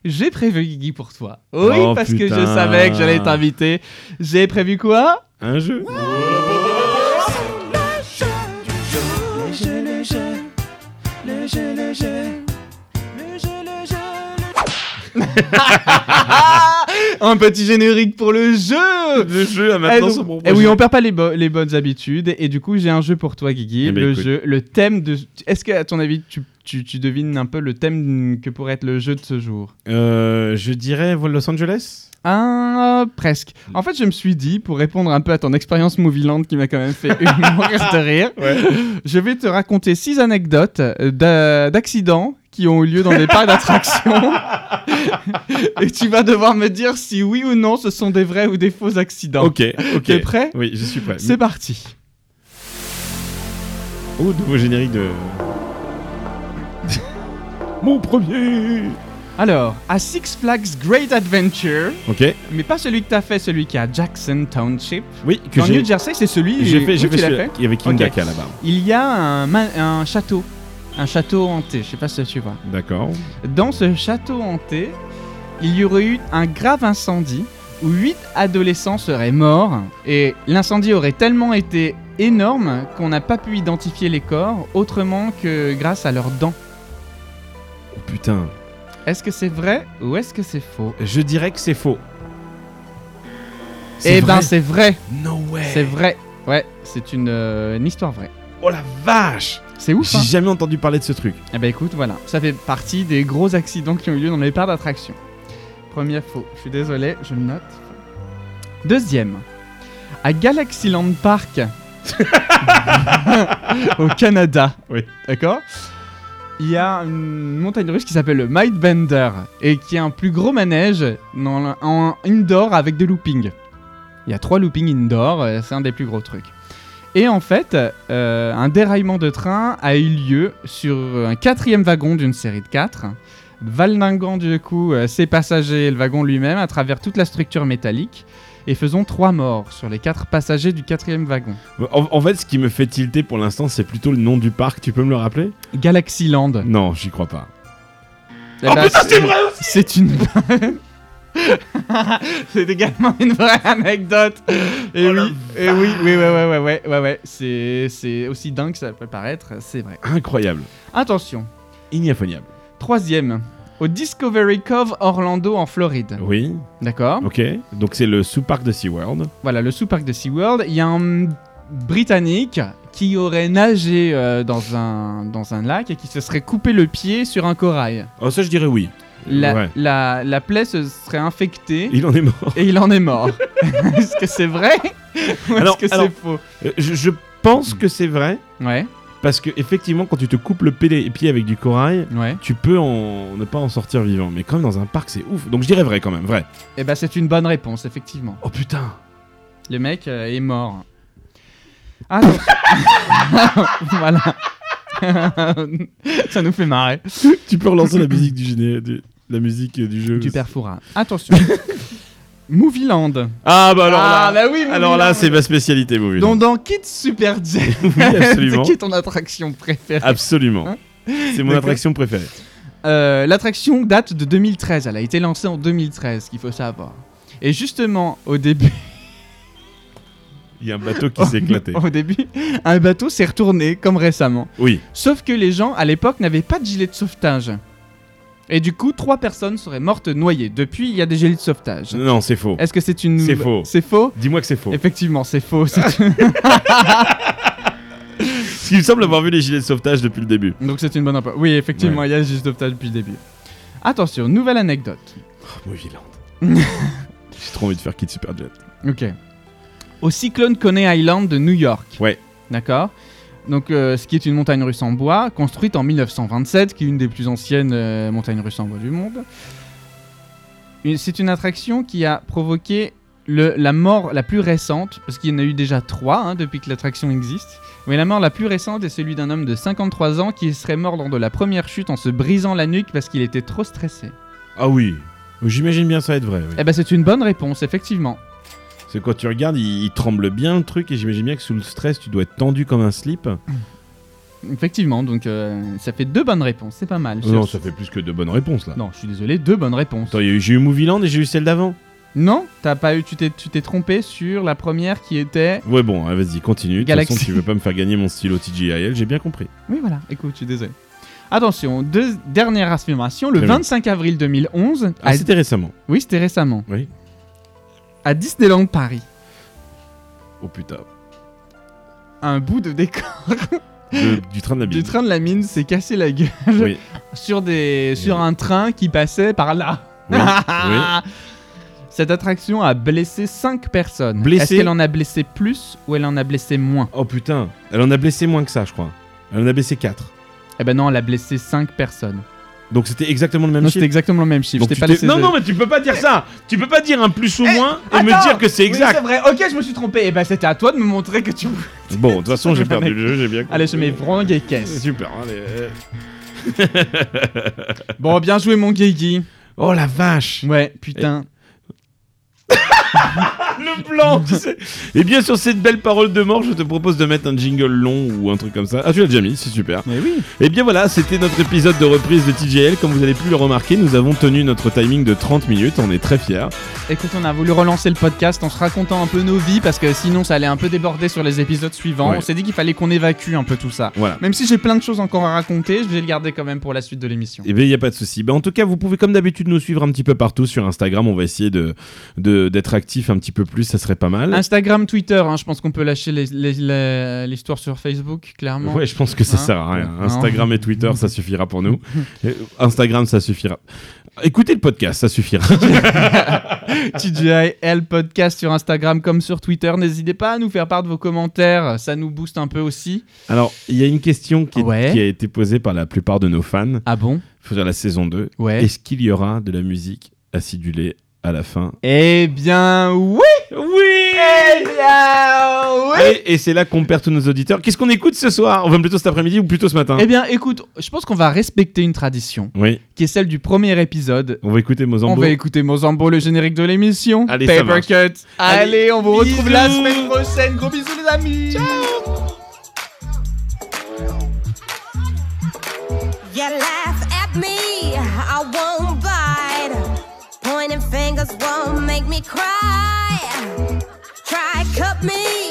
[SPEAKER 1] J'ai prévu Guigui pour toi. Oui,
[SPEAKER 2] Oh,
[SPEAKER 1] parce que je
[SPEAKER 2] putain.
[SPEAKER 1] savais que j'allais t'inviter. J'ai prévu quoi
[SPEAKER 2] Un jeu.
[SPEAKER 1] Un petit générique pour le jeu
[SPEAKER 2] Le jeu à
[SPEAKER 1] Eh,
[SPEAKER 2] maintenant
[SPEAKER 1] donc-
[SPEAKER 2] son propre
[SPEAKER 1] eh oui,
[SPEAKER 2] jeu.
[SPEAKER 1] on perd pas les, bo- les bonnes habitudes. Et du coup, j'ai un jeu pour toi, Guigui.
[SPEAKER 2] Eh ben,
[SPEAKER 1] le
[SPEAKER 2] écoute.
[SPEAKER 1] jeu, le thème de. Est-ce que, à ton avis, tu, tu- tu devines un peu le thème que pourrait être le jeu de ce jour
[SPEAKER 2] Euh, je dirais Los Angeles.
[SPEAKER 1] Ah, presque.
[SPEAKER 2] Mm.
[SPEAKER 1] En fait, je me suis dit, pour répondre un peu à ton expérience Movieland qui m'a quand même fait mourir de rire,
[SPEAKER 2] Ouais.
[SPEAKER 1] je vais te raconter six anecdotes euh, d'a- d'accidents qui ont eu lieu dans des parcs d'attractions. Et tu vas devoir me dire si oui ou non ce sont des vrais ou des faux accidents.
[SPEAKER 2] Ok,
[SPEAKER 1] T'es
[SPEAKER 2] ok.
[SPEAKER 1] prêt
[SPEAKER 2] Oui, je suis prêt.
[SPEAKER 1] C'est parti.
[SPEAKER 2] Oh, nouveau générique de. Mon premier
[SPEAKER 1] Alors, à Six Flags Great Adventure,
[SPEAKER 2] Ok,
[SPEAKER 1] mais pas celui que t'as fait, celui qui est à Jackson Township.
[SPEAKER 2] oui, que
[SPEAKER 1] Dans
[SPEAKER 2] j'ai.
[SPEAKER 1] New Jersey, c'est celui
[SPEAKER 2] J'ai fait,
[SPEAKER 1] oui,
[SPEAKER 2] j'ai
[SPEAKER 1] tu
[SPEAKER 2] fait
[SPEAKER 1] l'as
[SPEAKER 2] celui-là.
[SPEAKER 1] fait.
[SPEAKER 2] Il y avait King
[SPEAKER 1] Ok.
[SPEAKER 2] Daka là-bas.
[SPEAKER 1] Il y a un, ma- un château, un château hanté. Je sais pas si tu vois.
[SPEAKER 2] D'accord.
[SPEAKER 1] Dans ce château hanté, il y aurait eu un grave incendie où 8 adolescents seraient morts et l'incendie aurait tellement été énorme qu'on n'a pas pu identifier les corps autrement que grâce à leurs dents.
[SPEAKER 2] Oh, putain.
[SPEAKER 1] Est-ce que c'est vrai ou est-ce que c'est faux
[SPEAKER 2] Je dirais que c'est faux.
[SPEAKER 1] Eh ben
[SPEAKER 2] vrai
[SPEAKER 1] c'est vrai,
[SPEAKER 2] No way.
[SPEAKER 1] c'est vrai. Ouais, c'est une, euh, une histoire vraie.
[SPEAKER 2] Oh la vache
[SPEAKER 1] C'est ouf.
[SPEAKER 2] J'ai
[SPEAKER 1] Hein
[SPEAKER 2] jamais entendu parler de ce truc.
[SPEAKER 1] eh ben écoute, voilà, ça fait partie des gros accidents qui ont eu lieu dans les parcs d'attractions. Première faux, je suis désolé, je le note. Deuxième, à Galaxyland Park, au Canada.
[SPEAKER 2] Oui.
[SPEAKER 1] D'accord il y a une montagne russe qui s'appelle le Mindbender et qui est un plus gros manège dans le- en indoor avec des loopings. Il y a trois loopings indoor, euh, c'est un des plus gros trucs. Et en fait, euh, un déraillement de train a eu lieu sur un quatrième wagon d'une série de quatre, valninguant du coup euh, ses passagers et le wagon lui-même à travers toute la structure métallique et faisant trois morts sur les quatre passagers du quatrième wagon.
[SPEAKER 2] En, en fait, ce qui me fait tilter pour l'instant, c'est plutôt le nom du parc. Tu peux me le rappeler
[SPEAKER 1] Galaxyland.
[SPEAKER 2] Non, j'y crois pas.
[SPEAKER 1] Eh ben, Oh, c'est vrai C'est une C'est également une vraie anecdote. Et oui, et oui, oui, ouais, ouais, ouais, ouais, ouais, ouais. C'est, c'est aussi dingue que ça peut paraître, c'est vrai.
[SPEAKER 2] Incroyable.
[SPEAKER 1] Attention,
[SPEAKER 2] Ignaphoniable.
[SPEAKER 1] troisième, au Discovery Cove Orlando en Floride.
[SPEAKER 2] Oui,
[SPEAKER 1] D'accord
[SPEAKER 2] ok. Donc c'est le sous-parc de SeaWorld.
[SPEAKER 1] Voilà, le sous-parc de SeaWorld. Il y a un Britannique qui aurait nagé euh, dans, un, dans un lac et qui se serait coupé le pied sur un corail.
[SPEAKER 2] Oh, ça, je dirais oui.
[SPEAKER 1] La,
[SPEAKER 2] Ouais.
[SPEAKER 1] la, la plaie se serait infectée.
[SPEAKER 2] Il en est mort.
[SPEAKER 1] Et il en est mort. est-ce que c'est vrai ou est-ce
[SPEAKER 2] Alors-
[SPEAKER 1] que
[SPEAKER 2] alors-
[SPEAKER 1] c'est faux
[SPEAKER 2] Euh, Je, je pense que c'est vrai.
[SPEAKER 1] Ouais,
[SPEAKER 2] Parce que, effectivement, quand tu te coupes le pé- pied avec du corail,
[SPEAKER 1] ouais.
[SPEAKER 2] tu peux en- ne pas en sortir vivant. Mais quand même, dans un parc, c'est ouf. Donc je dirais vrai quand même, vrai.
[SPEAKER 1] Et ben c'est une bonne réponse, effectivement.
[SPEAKER 2] Oh putain.
[SPEAKER 1] Le mec euh, est mort. Ah non. Voilà. Ça nous fait marrer.
[SPEAKER 2] Tu peux relancer la musique du géné- du- la musique euh, du jeu.
[SPEAKER 1] Du perfora. Attention. Movieland.
[SPEAKER 2] Ah bah alors
[SPEAKER 1] ah
[SPEAKER 2] là,
[SPEAKER 1] bah oui,
[SPEAKER 2] alors là, c'est
[SPEAKER 1] Movieland.
[SPEAKER 2] ma spécialité, vous
[SPEAKER 1] Donc dans Kid Super Jet,
[SPEAKER 2] Oui, absolument. Ah.
[SPEAKER 1] qui est ton attraction préférée
[SPEAKER 2] Absolument.
[SPEAKER 1] Hein
[SPEAKER 2] C'est mon
[SPEAKER 1] D'accord.
[SPEAKER 2] attraction préférée.
[SPEAKER 1] Euh, l'attraction date de 2013, elle a été lancée en 2013, ce qu'il faut savoir. Et justement, au début,
[SPEAKER 2] Il y a un bateau
[SPEAKER 1] Oh,
[SPEAKER 2] qui s'est éclaté.
[SPEAKER 1] au début, un bateau s'est retourné, comme récemment.
[SPEAKER 2] Oui.
[SPEAKER 1] Sauf que les gens, à l'époque, n'avaient pas de gilet de sauvetage. Et du coup, trois personnes seraient mortes noyées. Depuis, il y a des gilets de sauvetage.
[SPEAKER 2] Non, c'est faux.
[SPEAKER 1] Est-ce que c'est une...
[SPEAKER 2] C'est faux.
[SPEAKER 1] C'est faux
[SPEAKER 2] Dis-moi que c'est faux.
[SPEAKER 1] Effectivement, c'est faux. c'est-
[SPEAKER 2] Parce qu'il me semble avoir vu les gilets de sauvetage depuis le début.
[SPEAKER 1] Donc c'est une bonne info. Oui, effectivement, il y a le gilet de sauvetage depuis le début. Attention, nouvelle anecdote.
[SPEAKER 2] Oh, Movieland. J'ai trop envie de faire Kid Superjet.
[SPEAKER 1] Ok. Au cyclone Coney Island de New York.
[SPEAKER 2] Ouais.
[SPEAKER 1] D'accord. Donc, euh, ce qui est une montagne russe en bois, construite en 1927, qui est une des plus anciennes euh, montagnes russes en bois du monde. Une- C'est une attraction qui a provoqué le- la mort la plus récente, parce qu'il y en a eu déjà trois hein, depuis que l'attraction existe. Mais la mort la plus récente est celui d'un homme de 53 ans qui serait mort lors de la première chute en se brisant la nuque parce qu'il était trop stressé.
[SPEAKER 2] Ah oui. J'imagine bien ça être vrai. oui.
[SPEAKER 1] Eh ben, c'est une bonne réponse, effectivement.
[SPEAKER 2] C'est quand tu regardes, il, il tremble bien le truc et j'imagine bien que sous le stress, tu dois être tendu comme un slip.
[SPEAKER 1] Effectivement, donc euh, ça fait deux bonnes réponses, c'est pas mal.
[SPEAKER 2] non,
[SPEAKER 1] Sur-
[SPEAKER 2] ça fait plus que de bonnes réponses là.
[SPEAKER 1] Non, je suis désolé, deux bonnes réponses.
[SPEAKER 2] Attends, il y a eu- j'ai eu Movieland et j'ai eu celle d'avant.
[SPEAKER 1] Non, t'as pas eu, tu t'es, tu t'es trompé sur la première qui était.
[SPEAKER 2] Ouais, bon, hein, vas-y, continue. De toute
[SPEAKER 1] Galaxy.
[SPEAKER 2] façon, tu veux pas me faire gagner mon stylo TGIL, j'ai bien compris.
[SPEAKER 1] Oui, voilà. Écoute, je suis désolé. Attention, deux, dernière affirmation, le
[SPEAKER 2] Très bien.
[SPEAKER 1] 25 avril 2011.
[SPEAKER 2] Ah,
[SPEAKER 1] à-
[SPEAKER 2] c'était récemment.
[SPEAKER 1] Oui, c'était récemment.
[SPEAKER 2] Oui.
[SPEAKER 1] À Disneyland Paris,
[SPEAKER 2] Oh putain.
[SPEAKER 1] un bout de décor
[SPEAKER 2] De- du train de la
[SPEAKER 1] du
[SPEAKER 2] bille.
[SPEAKER 1] train de la mine s'est cassé la gueule
[SPEAKER 2] Oui.
[SPEAKER 1] sur des, sur
[SPEAKER 2] Oui.
[SPEAKER 1] un train qui passait par là.
[SPEAKER 2] Oui.
[SPEAKER 1] Ah.
[SPEAKER 2] oui.
[SPEAKER 1] Cette attraction a blessé 5 personnes.
[SPEAKER 2] Blessé
[SPEAKER 1] Est-ce qu'elle en a blessé plus ou elle en a blessé moins
[SPEAKER 2] Oh putain. Elle en a blessé moins que ça, je crois. Elle en a blessé 4.
[SPEAKER 1] Eh ben non, elle a blessé 5 personnes.
[SPEAKER 2] Donc c'était exactement le même
[SPEAKER 1] Non,
[SPEAKER 2] chiffre.
[SPEAKER 1] c'était exactement le même chiffre.
[SPEAKER 2] Donc
[SPEAKER 1] je t'ai
[SPEAKER 2] tu
[SPEAKER 1] pas
[SPEAKER 2] t'es-
[SPEAKER 1] laissé
[SPEAKER 2] non,
[SPEAKER 1] de-
[SPEAKER 2] non, mais tu peux pas dire ça. Tu peux pas dire un plus ou
[SPEAKER 1] Eh,
[SPEAKER 2] moins et
[SPEAKER 1] Attends
[SPEAKER 2] me dire que c'est
[SPEAKER 1] Oui,
[SPEAKER 2] exact.
[SPEAKER 1] c'est vrai. Ok, je me suis trompé. Et ben c'était à toi de me montrer que tu.
[SPEAKER 2] bon, de toute façon, j'ai perdu le jeu, j'ai bien compris.
[SPEAKER 1] Allez, je mets Vrang et caisse.
[SPEAKER 2] Super. allez, euh.
[SPEAKER 1] Bon, bien joué mon Guigui.
[SPEAKER 2] Oh la vache.
[SPEAKER 1] Ouais, putain.
[SPEAKER 2] Le blanc, tu sais. Et Eh bien sur cette belle parole de mort, je te propose de mettre un jingle long ou un truc comme ça. Ah, tu l'as déjà mis, c'est super.
[SPEAKER 1] Mais oui.
[SPEAKER 2] Et bien voilà, c'était notre épisode de reprise de TGL. Comme vous avez pu le remarquer, nous avons tenu notre timing de 30 minutes. On est très fiers.
[SPEAKER 1] Écoute, on a voulu relancer le podcast en se racontant un peu nos vies parce que sinon ça allait un peu déborder sur les épisodes suivants.
[SPEAKER 2] Ouais.
[SPEAKER 1] On s'est dit qu'il fallait qu'on évacue un peu tout ça.
[SPEAKER 2] Voilà.
[SPEAKER 1] Même si j'ai plein de choses encore à raconter, je vais le garder quand même pour la suite de l'émission.
[SPEAKER 2] Et bien, il n'y a pas de souci. Ben, en tout cas, vous pouvez, comme d'habitude, nous suivre un petit peu partout sur Instagram. On va essayer de de- d'être actif un petit peu plus. Ça serait pas mal.
[SPEAKER 1] Ah, Instagram, Twitter, hein, je pense qu'on peut lâcher les- les- les- l'histoire sur Facebook, clairement.
[SPEAKER 2] Ouais, je pense que ça
[SPEAKER 1] Hein
[SPEAKER 2] sert à rien.
[SPEAKER 1] Non.
[SPEAKER 2] Instagram et Twitter, ça suffira pour nous. Euh, Instagram, ça suffira. Écoutez le podcast, ça suffira.
[SPEAKER 1] TGIL Podcast sur Instagram comme sur Twitter. N'hésitez pas à nous faire part de vos commentaires, ça nous booste un peu aussi.
[SPEAKER 2] Alors, il y a une question qui, est-
[SPEAKER 1] Ouais.
[SPEAKER 2] qui a été posée par la plupart de nos fans
[SPEAKER 1] Ah bon
[SPEAKER 2] sur la saison 2.
[SPEAKER 1] Ouais.
[SPEAKER 2] Est-ce qu'il y aura de la musique acidulée à la fin
[SPEAKER 1] Eh bien, oui
[SPEAKER 2] Oui
[SPEAKER 1] Eh bien, oui
[SPEAKER 2] Et, et c'est là qu'on perd tous nos auditeurs. Qu'est-ce qu'on écoute ce soir Enfin, plutôt cet après-midi ou plutôt ce matin
[SPEAKER 1] Eh bien, écoute, je pense qu'on va respecter une tradition,
[SPEAKER 2] Oui,
[SPEAKER 1] qui est celle du premier épisode.
[SPEAKER 2] on va écouter
[SPEAKER 1] On
[SPEAKER 2] Mozambo.
[SPEAKER 1] va écouter Mozambo, le générique de l'émission.
[SPEAKER 2] Allez, ça
[SPEAKER 1] Paper
[SPEAKER 2] marche.
[SPEAKER 1] Cut. Allez, on vous retrouve
[SPEAKER 2] bisous.
[SPEAKER 1] la semaine prochaine. Gros bisous, les amis.
[SPEAKER 4] You laugh at me, I won't bite. Pointing fingers won't make me cry. Try cut me,